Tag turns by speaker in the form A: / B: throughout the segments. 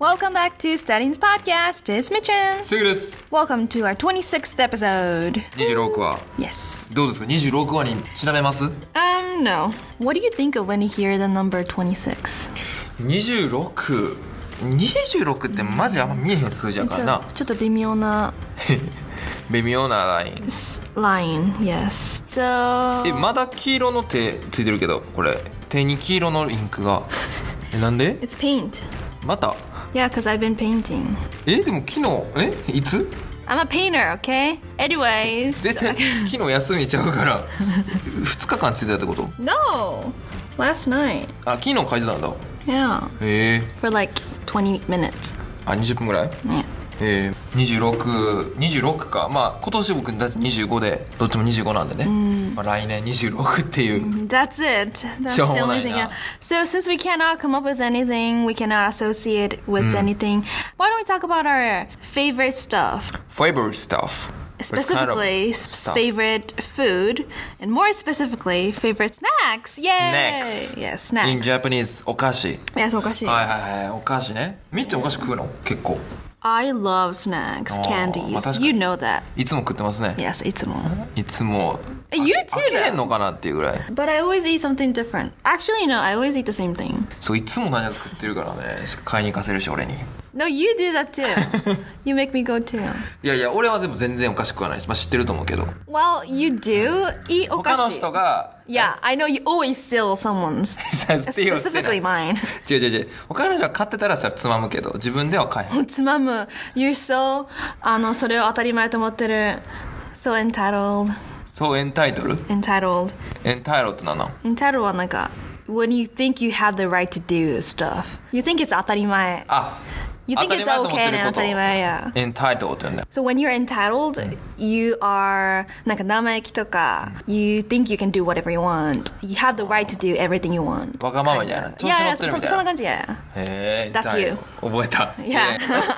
A: Welcome back to Studying's podcast. It's Michin.
B: すぐです。
A: Welcome to our 26th episode.
B: 26話。
A: Yes.
B: どうですか ?26 話に調べます
A: Um, no. What do you think of when you hear the number 26?
B: ?26。26ってマジあんま見えへん数字やからな。
A: ちょっと微妙な
B: 微妙なライン。
A: line, yes. So,
B: え、まだ黄色の手ついてるけど、これ。手に黄色のインクが。え、なんで
A: it's paint.
B: また
A: Yeah, because I've been painting.
B: え、でも昨日、えいつ
A: I'm a painter, okay? Anyways.
B: で、て昨日休みちゃうから、2日間ついてたってこと
A: No! Last night.
B: あ、昨日書いてたんだ。
A: Yeah.
B: へえ
A: For like 20 minutes.
B: あ、20分ぐらい
A: Yeah.
B: えー、26, 26かまあ今年僕たち25でどっちも25なんでね、まあ、来年26っていう、
A: That's it. That's the
B: しょうもないな。
A: only thing. Yeah. So since we cannot come up with anything, we cannot associate with
B: Mm.
A: anything. Why don't we talk about our favorite stuff,
B: favorite stuff
A: specifically
B: Which kind of
A: s-
B: stuff?
A: favorite food, and more specifically favorite snacks? Yay!
B: Snacks.
A: Yes, snacks.
B: in Uh, Japanese お菓子
A: Yes, okashi.
B: はいはいはいお菓子ねみっちゃんお菓子食うの結構
A: I love snacks,
B: あー、
A: candies.
B: まあ、確かに。
A: you know that.
B: いつも食ってますね
A: Yes, it's more.
B: いつも
A: You
B: 飽きへ
A: too, though.
B: んのかなっていうぐらい
A: But I always eat something different. Actually, no, I always eat the same thing.
B: そういつも何か食ってるからね買いに行かせるし俺に
A: No, you do that too. you make me go too.
B: いやいや俺はでも全然お菓子食わないです、まあ、知ってると思うけど
A: Well, you do eat
B: 他の人
A: okashi.
B: が
A: Yeah, I know you always steal someone's.
B: さ手を捨てない
A: Specifically mine.
B: 違う違う違う他の人が買ってたらさつまむけど自分では買えへん
A: つまむ。You're so, あの、それを当たり前と思ってる。So entitled.
B: そうエンタイトル
A: Entitled.
B: エンタイトルって何なん
A: Entitled はなんか、when you think you have the right to do stuff. You think it's 当たり前。
B: あ
A: You think it's okay ね、当たり前や。
B: エンタイトルって言うんだよ
A: So when you're entitled, you are なんか生意気とか you think you can do whatever you want. You have the right to do everything you want.
B: わがままみたいな調子
A: Yeah,
B: 乗
A: yeah,
B: って
A: そ
B: る
A: そ
B: み
A: そんな
B: た
A: い
B: な
A: 感じや。
B: へえ
A: That's you.
B: 覚えた
A: Yeah.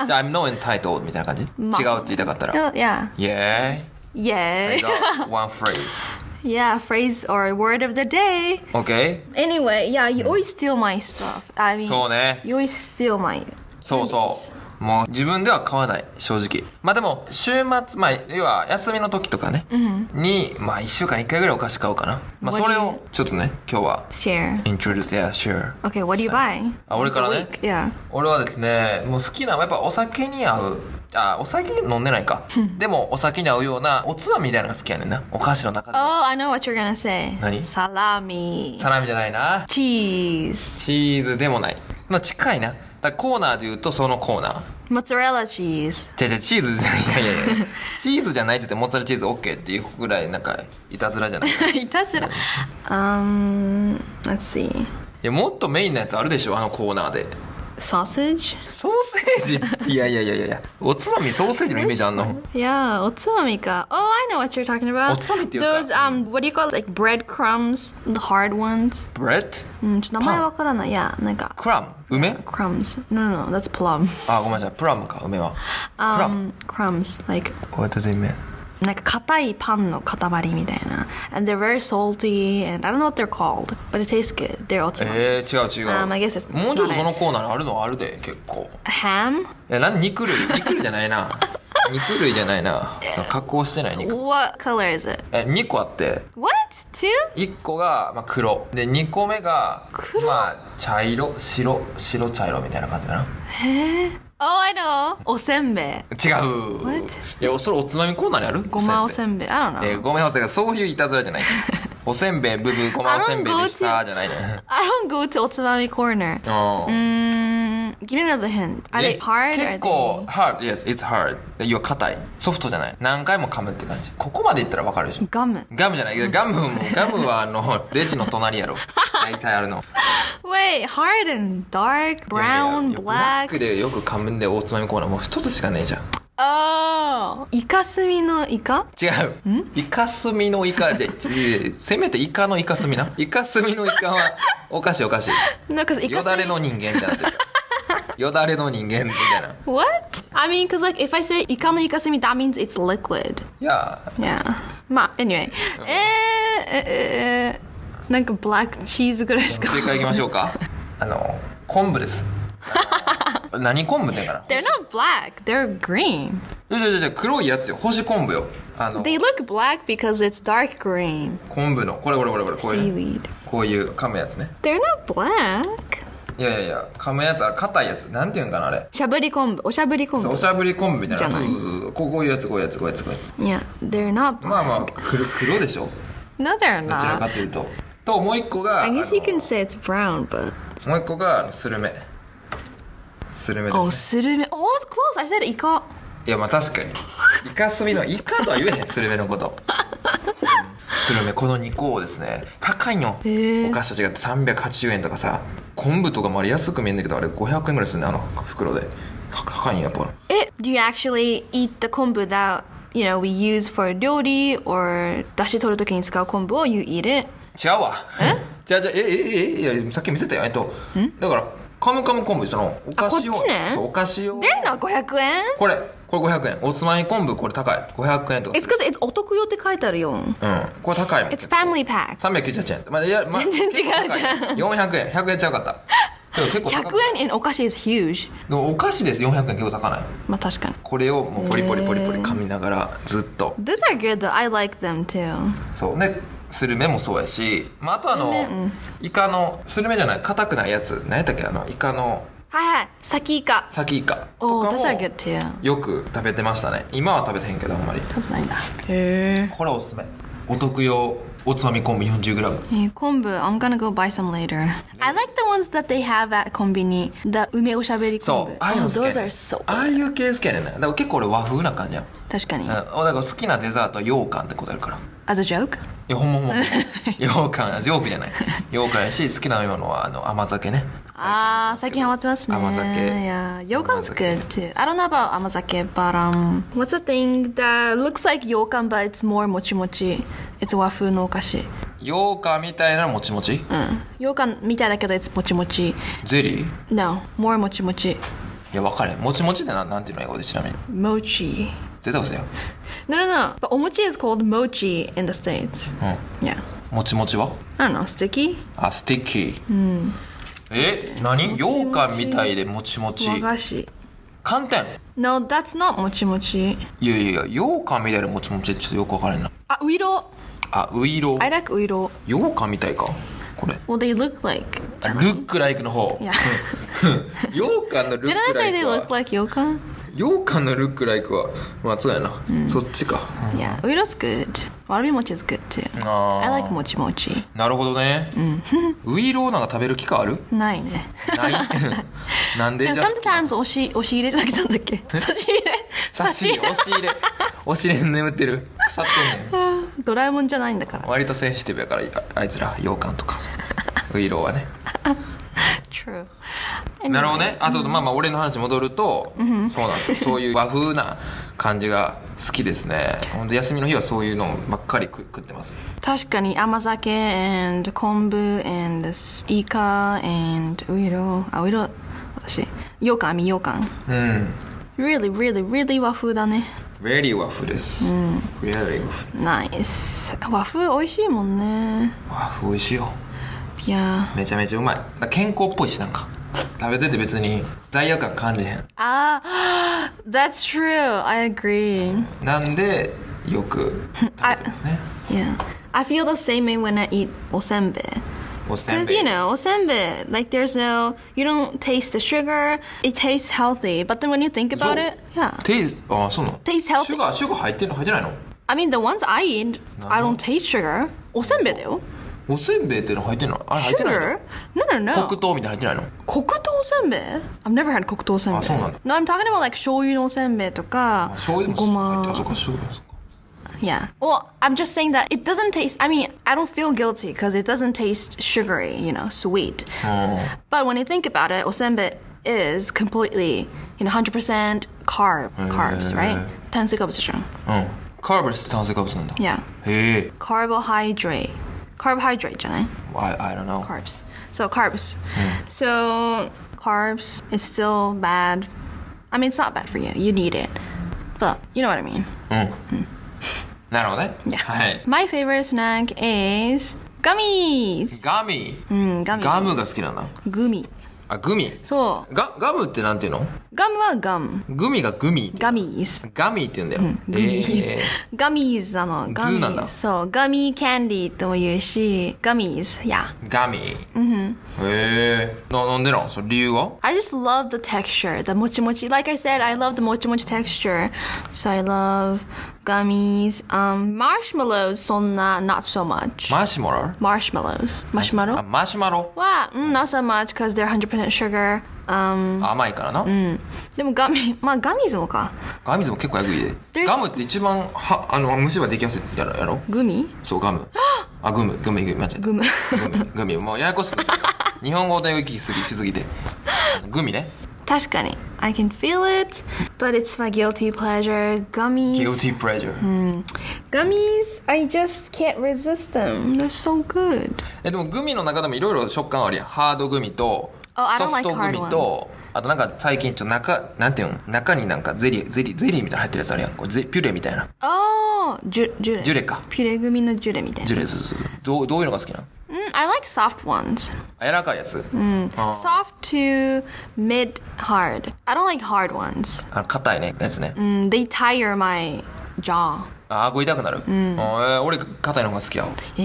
B: じゃあ I'm not entitled みたいな感じ違
A: まあ
B: うって言いたかったら
A: Yeah, yeah.
B: イエーイ I
A: Yeah.
B: got one phrase
A: yeah, phrase or word of the day.
B: OK
A: Anyway, yeah, you always steal my stuff. I mean,
B: そうね
A: you always steal my.
B: そうそうもう自分では買わない正直まあでも週末まあ要は休みの時とかね、にまあ1週間に1回ぐらいお菓子買うかな、まあ、
A: What
B: それ
A: do you-
B: をちょっとね今日は
A: Share.
B: introduce yeah sure
A: Okay, what do you buy?
B: あ俺から
A: Once
B: ね
A: a week? Yeah.
B: 俺はですねもう好きなやっぱお酒に合うあお酒飲んでないかでもお酒に合うようなおつまみみたいなのが好きやねんなお菓子の中で
A: Oh, I know what you're gonna say.
B: 何
A: Salami.
B: サラミじゃないな
A: cheese.
B: チーズでもないまあ近いなだからコーナーで言うとそのコーナー
A: Mozzarella cheese.
B: じゃじゃチーズじゃないいやいやいやチーズじゃないって言ってモッツァレラチーズ OK っていうぐらいなんかいたずらじゃないい
A: it doesn't. Um, let's see.
B: やもっとメインなやつあるでしょあのコーナーで
A: Sausage?
B: ソーセージいやいやいやいやいやおつまみソーセージのイメージあんの
A: Yeah, otsumami ka. Oh, I know what you're talking about.
B: おつまみっていうか、
A: Those um, what do you call it? like breadcrumbs, the hard ones.
B: ブレッド
A: Mm, ちょっと名前わからない。Yeah, なんか
B: クラム梅
A: crumbs. No, no, no, that's plum.
B: あごめんなさいプラムか梅はプラム
A: Um, crumbs like
B: What does it mean?
A: なんか硬いパンの塊みたいな。And they're very salty, and I don't know what they're called, but it tases good. They're otsumami.
B: えー、違う違う、
A: Um, I guess it's-
B: もうちょっとそのコーナーにあるのあるで結構
A: Ham?
B: え何肉類 肉類じゃないな肉類じゃないなその加工してない肉
A: What color is it?
B: え2個あって
A: What? Two?
B: 1個が、まあ、黒で2個目が
A: 黒
B: まあ茶色白白茶色みたいな感じかな
A: Oh, I know. おせんべい。
B: 違う
A: What？
B: いやそれおつまみコーナーにある
A: ごまお
B: ん
A: せんべい。I don't
B: べい、え
A: know.
B: ーごめんなさいそういういたずらじゃないおせんべいブブごまおせんべいでし
A: I don't go to-
B: たじゃないね
A: I don't go to おつまみ corner.
B: うん
A: Mm, give me another hint. Are they
B: で
A: hard?
B: 結
A: Are
B: 構 hard yes it's hard 要は硬いソフトじゃない何回も噛むって感じここまでいったらわかるでしょ
A: they ガム。
B: ガムじゃないけどガムも ガムはあのレジの隣やろ大体あるの
A: Wait, hard and dark, brown,
B: いやいやブラック
A: black.
B: でよく噛むんで大つまみコーナーもう一つしかねえじゃん
A: Oh, イカスミのイカ
B: 違うイカスミのイカでちせめてイカのイカスミなイカスミのイカはおかしいおかしい
A: なんか イカ
B: よ
A: ス
B: だれ
A: ミ。
B: の人間ってなってるよだれの人間みたいな
A: What? I mean, cause like if I say イカのイカスミ that means it's liquid.
B: いや
A: Yeah. まあ、anyway. Eh, えー、ええー、なんか black cheese ぐらいしか。
B: 正解いきましょうかあの昆布ですあ 何昆布って言うか
A: They're not black. They're green.
B: なじゃじゃじゃ黒いやつよ干し昆布よあの
A: They look black because it's dark green
B: 昆布のこれこれこれこれこういう
A: seaweed.
B: こういう噛むやつね
A: They're not black.
B: いやいやいや噛むやつは硬いやつなんていうんかなあれそうお
A: しゃぶり昆布。おしゃぶり昆布。
B: しゃぶり昆布みたいな
A: じゃない
B: そうそうそうこうこういうやつこういうやつこういうやつこういうやつ
A: Yeah, they're not
B: まあ
A: black.
B: まあ黒黒でしょ
A: No, they're
B: どちらか
A: not.
B: というとともう一個が
A: I guess you
B: あの
A: can say it's brown, but
B: もう一個があのスルメスルメです、ね
A: oh, スルメ oh, it's close. I said イカ。
B: いやまあ確かにイカスミのイカとは言えへんスルメ のことスルメこの2個をですね高いの、
A: へえ
B: お菓子と違って380円とかさ昆布とかもあれ安く見えんだけどあれ500円ぐらいするねあの袋でた高いんやっぱ
A: Eh, do you actually eat the kombu that you know we use for 料理 or 出汁取るときに使う昆布 or you eat it?
B: 違うわ じゃあじゃあええええいやさっき見せたよえっとだからカムカム昆布そのお菓子
A: あこ
B: を
A: っちね
B: そうお菓子を
A: They're not 500円。
B: これこれ500円おつまみ昆布これ高い500円とか
A: It's because it's お得よって書いてあるよ。
B: うんこれ高いもん
A: It's family pack.
B: 398円、まあいやまあ、
A: 全然違うじゃん
B: 結構高いよ400円100円ちゃうかったけど結構高く
A: 100円 in お菓子 is huge.
B: でもお菓子です400円結構高ない
A: まあ確かに。
B: これをもうポリポリポリポリ噛みながらずっと
A: These are good though. I like them too.
B: そうねスルメもそうやし、まあ、あとあの、
A: スルメう
B: イカのスルメじゃない硬くないやつ何やったっけあのイカの
A: はいはい。サキイカ。
B: 先イカと
A: Oh,
B: か
A: those are
B: も
A: good too.
B: よく食べてましたね今は食べてへんけどあんまり
A: 食べないんだ。へ
B: これおすすめお得用おつまみ昆布 40g
A: え。昆布、I'm gonna go buy some later. I like the ones that they have at コンビニ。The 梅おしゃべり昆
B: そ
A: 布
B: う。ああい
A: Oh,
B: うの好き
A: those
B: やね
A: are so
B: ああいう系好きやねんなだから結構俺和風な感じやん
A: 確かに
B: うん。、おだから好きなデザートは羊羹ってことやるからい
A: As a joke?
B: やほんまほんま 羊羹ジョークじゃない羊羹やし好きな飲み物はあの甘酒ね
A: あー、最近ハマってますね。
B: 甘酒
A: Yeah. 洋
B: 甘
A: 館 's
B: 酒
A: good too. I don't know about 甘酒 but um, what's the thing that looks like 洋館 but it's more もちもち It's 和風のお菓子。
B: 羊羹みたいなもちもち
A: うん。羊羹みたいだけど、いつもちもち。
B: ゼリー
A: No, more もちもち。
B: いや分かれんもちもちってなんなんていうの英語でちなみに
A: Mochi.
B: 絶対嘘やん
A: No, no, no. But omochi is called mochi in the States.
B: うん
A: Yeah.
B: もちもちは
A: I don't know, sticky?
B: あスティッキー、え何羊羹みたいでもちもち
A: 和菓子。
B: 寒天
A: No, that's not もちもち。
B: いやいやいや羊羹みたいでもちもちってちょっとよく分かれんな
A: あ、ういろ。
B: あういろ
A: I like ういろ。
B: 羊羹みたいかこれ
A: Well, they look like.
B: あルックライクの方
A: Yeah.
B: 羊羹の
A: Did
B: ルック
A: I
B: ラ
A: say
B: イ
A: they
B: ク
A: look
B: は
A: like ようかん
B: 羊羹のルックライクはまあそうやな、そっちか、
A: Yeah, ういろ is good. わらび餅 is good too.
B: あ
A: I like もちもち。
B: なるほどね、 ウイローなんか食べる機会ある
A: ないね。
B: ないなんで
A: でも
B: じゃあ
A: sometimes 押し、押し入れじゃなくてなんだっけ差し入れ
B: 差し入れ押し入れ押し入れに眠ってる腐ってんねん
A: ドラえもんじゃないんだから。
B: 割とセンシティブやからああいつら羊羹とかウイローはね
A: True.
B: なるほどねあそうそうまあまあ俺の話戻ると、そうなんですよそういう和風な感じが好きですねほんと休みの日はそういうのばっかり食食ってます
A: 確かに甘酒 and 昆布 and イカ and ウイロあウイロ私羊羹網羊羹
B: うん
A: really really really 和風だね
B: Very 和風です、Very 和風
A: nice 和風美味しいもんね
B: 和風美味しいよ
A: いや
B: めちゃめちゃうまいだから健康っぽいしなんか食べてて別に罪悪感感じへん
A: ああ Ah, that's true I agree
B: なんでよく食べてますね
A: yeah I feel the same way when I eat おせんべい
B: おせん
A: Because
B: べい
A: you know, osenbe, like there's no, you don't taste the sugar. It tastes healthy, but then when you think
B: そう
A: about it, yeah.
B: テイスあそうなの
A: Taste healthy
B: シュガーシュガー入ってんの入ってないの
A: I mean, the ones I eat, I don't taste sugar. おせんべいだよ。
B: おせんべいっての入ってんのあれ入ってないの
A: Sugar? No, no, no.
B: 黒糖みたいなの入ってないの
A: 黒糖おせんべい ?I've never had 黒糖おせんべい。
B: あそうなんだ
A: No, I'm talking about like 醤油のおせんべいとか
B: あ、醤油で
A: ご
B: も入っ
A: ま
B: て。あそうか醤油もそうか
A: Yeah. Well, I'm just saying that it doesn't taste, I mean, I don't feel guilty because it doesn't taste sugary, you know, sweet.
B: Hmm.
A: But when you think about it, osenbe is completely, you know, 100% carb, carbs, right? 炭水化物じゃん。
B: うんカーブスって炭水化物なんだ
A: Yeah.
B: へえ
A: Carbohydrate. Carbohydrate じゃない
B: I, I don't know
A: carbs. So carbs. So carbs is still bad. I mean, it's not bad for you. You need it, but you know what I mean.
B: なるほどね
A: Yeah.
B: はい
A: My favorite snack is gummies.
B: ガミ
A: Mm, gummy.
B: ガムが好きなんだ
A: Gummy.
B: あグミ
A: そ
B: ガガムってなんていうの
A: う。ガムはガム。
B: グミがグミ
A: ガミーズ。
B: ガミって言うんだよ、
A: ガミーズ
B: え。
A: ガミーズなの。ガミ
B: ズなんだ
A: ーズ。そう。ガミーキャンディーとも言うし、ガミーズ。Yeah.
B: ー、ガミへえななんでなんそれ理由は
A: I just love the texture, the mochi mochi. Like I said, I love the mochi mochi texture. So I love gummies. Um, marshmallows, sonna, not so much.
B: マシュマロ
A: marshmallows.
B: あ
A: Marshmallow?
B: マシュマロ
A: Wow, mm, not so much because they're 100% sugar. Um,
B: 甘いからな、
A: でもガミ、まあガミーズもか。
B: ガミズも結構えぐいで
A: There's-
B: ガムって一番はあの虫歯できやすいやろやろ
A: グミ
B: そう ガムあグムグミグミ間違えた
A: グム。
B: グミグミもうやや こしい日本語で行き過ぎしすぎてグミね
A: 確かに。I can feel it, but it's my guilty pleasure. Gummies.
B: guilty pleasure、
A: Gummies, I just can't resist them. They're so good.
B: えでもグミの中でもいろいろ食感あるやんハードグミと
A: Oh, I
B: ソ
A: don't
B: フ
A: like
B: トグミ
A: hard
B: と、あとなんか最近ちょっと中なんていうん中になんかゼリーゼリーゼリーみたいなの入ってるやつあるやんこれゼピュレみたいな
A: ああ、ジュジュレ。
B: ジュレか
A: ピュレ組のジュレみたいな。
B: ジュレスするどうどういうのが好きなの
A: うん Mm, I like soft ones.
B: あ柔らかいやつ、
A: Oh.
B: あ
A: Soft to mid hard. I don't like hard ones.
B: あの硬いねやつね、
A: うん They tire my jaw.
B: ああこ痛くなる、あーえー俺硬いのが好きやわ
A: え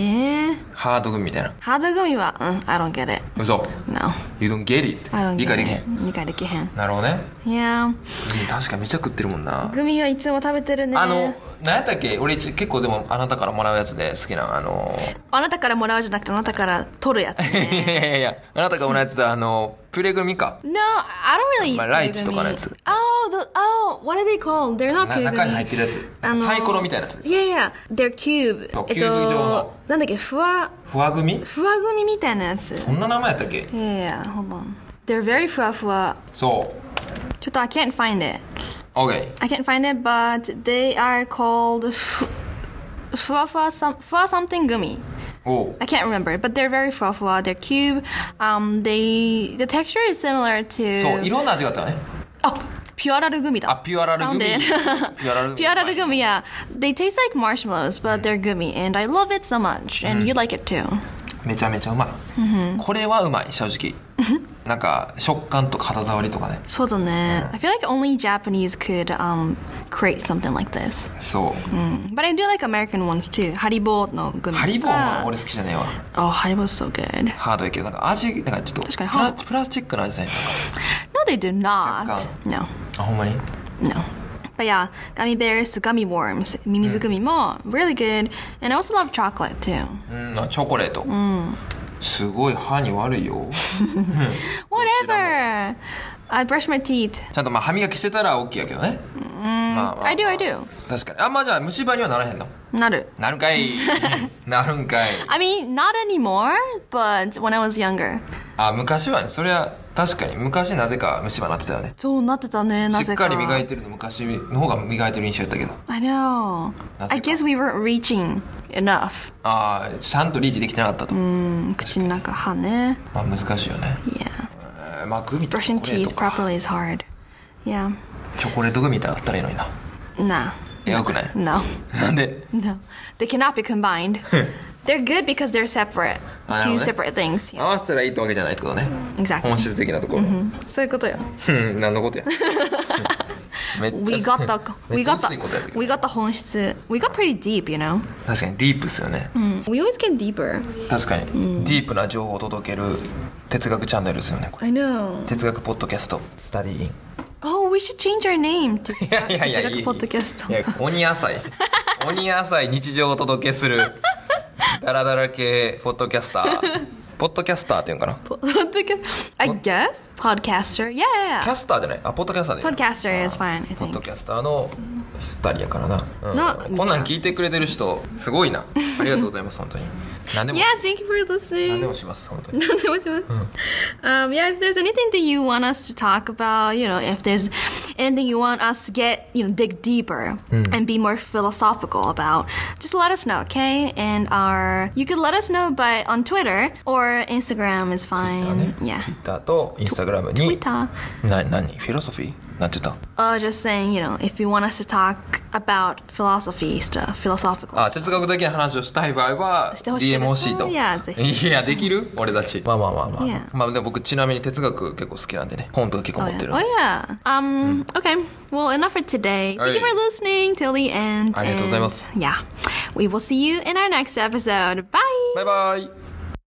A: ー、
B: ハードグミみたいな
A: ハードグミは、うん、I Uh, don't get it.
B: 嘘
A: No,
B: You don't get it
A: I don't get it.
B: 理解できへん
A: 理解できへん。
B: なるほどね、
A: Yeah.
B: うん確かめちゃ食ってるもんな
A: グミはいつも食べてるね。
B: あの何やったっけ俺一結構でもあなたからもらうやつで好きなあのー
A: あなたからもらうじゃなくて、あなたから取るやつ、ね。
B: いやいやいや、あなたが同じやつだ、あの、プレグミか。
A: No, I don't really eat
B: まあライチとかのやつ
A: pirigumi. Oh, the, oh, what are they called? They're not
B: な
A: pirigumi.
B: 中に入ってるやつサイコロみたいなやつです
A: いやいや、they're Oh, cube.
B: そうキューブ状の
A: えっと、なんだっけ、ふわ、
B: ふわ組
A: ふわ組みたいなやつ。
B: そんな名前やったっけ
A: いやいや、hold on. They're very ふわふわ。
B: そう。
A: ちょっと I can't find it.
B: OK。
A: I can't find it, but they are called ふふわふわ some, ふわ something gummy.
B: おう
A: I can't remember, but they're very ふわふわ They're cube. Um, they, the texture is similar to. Oh,
B: そう、いろんな味があったね。
A: あ、ピュアラルグミだ。
B: あ、ピュアラルグ ミ。
A: Sounded.
B: ピュアラルグミ。
A: Pure gummy, yeah. They taste like marshmallows, but they're gummy, and I love it so much. And you like it too.
B: めちゃめちゃうまい。これはうまい、正 直。なんか、食感と肌触りとかね。
A: So then, I feel like only Japanese could um, create something like this. Hmm.
B: そう。
A: But I do like American ones too. Haribo no gummy.
B: ハリボーも俺好きじゃねえわ。
A: Oh, Haribo's so good.
B: ハードやけど、なんか味、なんかちょっと
A: 確
B: プ
A: かに
B: ラ、プラスチックの味ね。
A: No, they do not.
B: Chakka.
A: No,
B: あ、ほんまに
A: no. But yeah, gummy bears, to gummy worms, mimizugumi mo, really good. And I also love chocolate too.
B: うん、あチョコレート。すごい歯に悪いよ。
A: Whatever. I brush my teeth.
B: ちゃんとまあ歯磨きしてたら OK やけどね。まあまあ
A: I do, I do.
B: 確かに。あんまあじゃあ虫歯にはならへんの。
A: Naru.
B: なるかい。 なるんかい。
A: I mean, not anymore, but when I was younger.
B: あ、昔はね、それは確かに昔なぜか虫歯なってたよね。
A: そうなってたね、な
B: しっ
A: ぜ
B: か
A: か。
B: り磨いてるの昔の方が磨いてる印象やったけど。
A: I know.
B: な
A: I
B: ぜか
A: guess we weren't reaching enough.
B: ああ、ちゃんとリーチできてなかったと。
A: うん口の中歯ね。
B: まあ難しいよね。
A: Yeah.
B: えーまあグミとかチョ
A: Brushing
B: コレー
A: teeth
B: トか。
A: properly is hard. Yeah.
B: チョコレートグミみたいなのあったらいいのにな。
A: Nah.
B: えよくない
A: No.
B: なんで
A: No. They cannot be combined. They're good because they're separate.
B: あ、な
A: Two
B: るほどね。
A: separate things. Yeah.
B: 合わせたらいいってわけじゃないってことね。本
A: Exactly.
B: 質的なところ。
A: そういうことよ。
B: うん、何のことや。 めっちゃ
A: We got the,
B: め
A: we
B: っちゃ
A: got
B: 薄いことやった
A: the,
B: け ど
A: we got the 本質。We got pretty deep, you know?
B: 確かにディープっすよね、
A: We always get deeper.
B: 確かに、ディープな情報を届ける哲学チャンネルですよねこれ
A: I know.
B: 哲学ポッドキャストスタデ ィーイン
A: Oh, we should change our name to
B: いやいやいやいい
A: 哲学ポッドキャスト
B: いや 鬼野 菜鬼野菜日常をお届けするダラダラ系ポッドキャスターポッドキャスターっていうんかな
A: I guess podcaster.
B: キ
A: Yeah.
B: ャスターじゃないあポッドキャスターでいい
A: Podcaster is fine, I
B: ポッド
A: think.
B: キャスターの二人やからな、
A: な
B: うん、こんなん聞いてくれてる人すごいなありがとうございます本当に何でも
A: Yeah, thank you for
B: 何で
A: listening.
B: もします本当に
A: um, yeah, if there's anything that you want us to talk about, you know, if there's anything you want us to get, you know, dig deeper and be more philosophical about, just let us know, okay? And our you could let us know by on Twitter or Instagram is
B: だね
A: fine. Yeah.
B: Twitter と Instagram に
A: Twitter.
B: な何フィロソフィーなんて言った
A: Uh, just saying, you know, if you want us to talk about philosophy stuff, philosophical
B: あ
A: stuff.
B: 哲学的な話をしたい場合は
A: してほしけれ
B: DM
A: ば
B: 欲しいと
A: いやぜ
B: いやできる俺たちまあまあまあまあ、
A: いや
B: まあでも僕ちなみに哲学結構好きなんでね本とか結構
A: Oh
B: 持って
A: yeah.
B: るんで
A: oh yeah. Um. Okay. Well, enough for today. Thank you
B: Alright.
A: for listening till the end.
B: ありがとうございます。
A: and Yeah. We will see you in our next episode. Bye.
B: バイバイ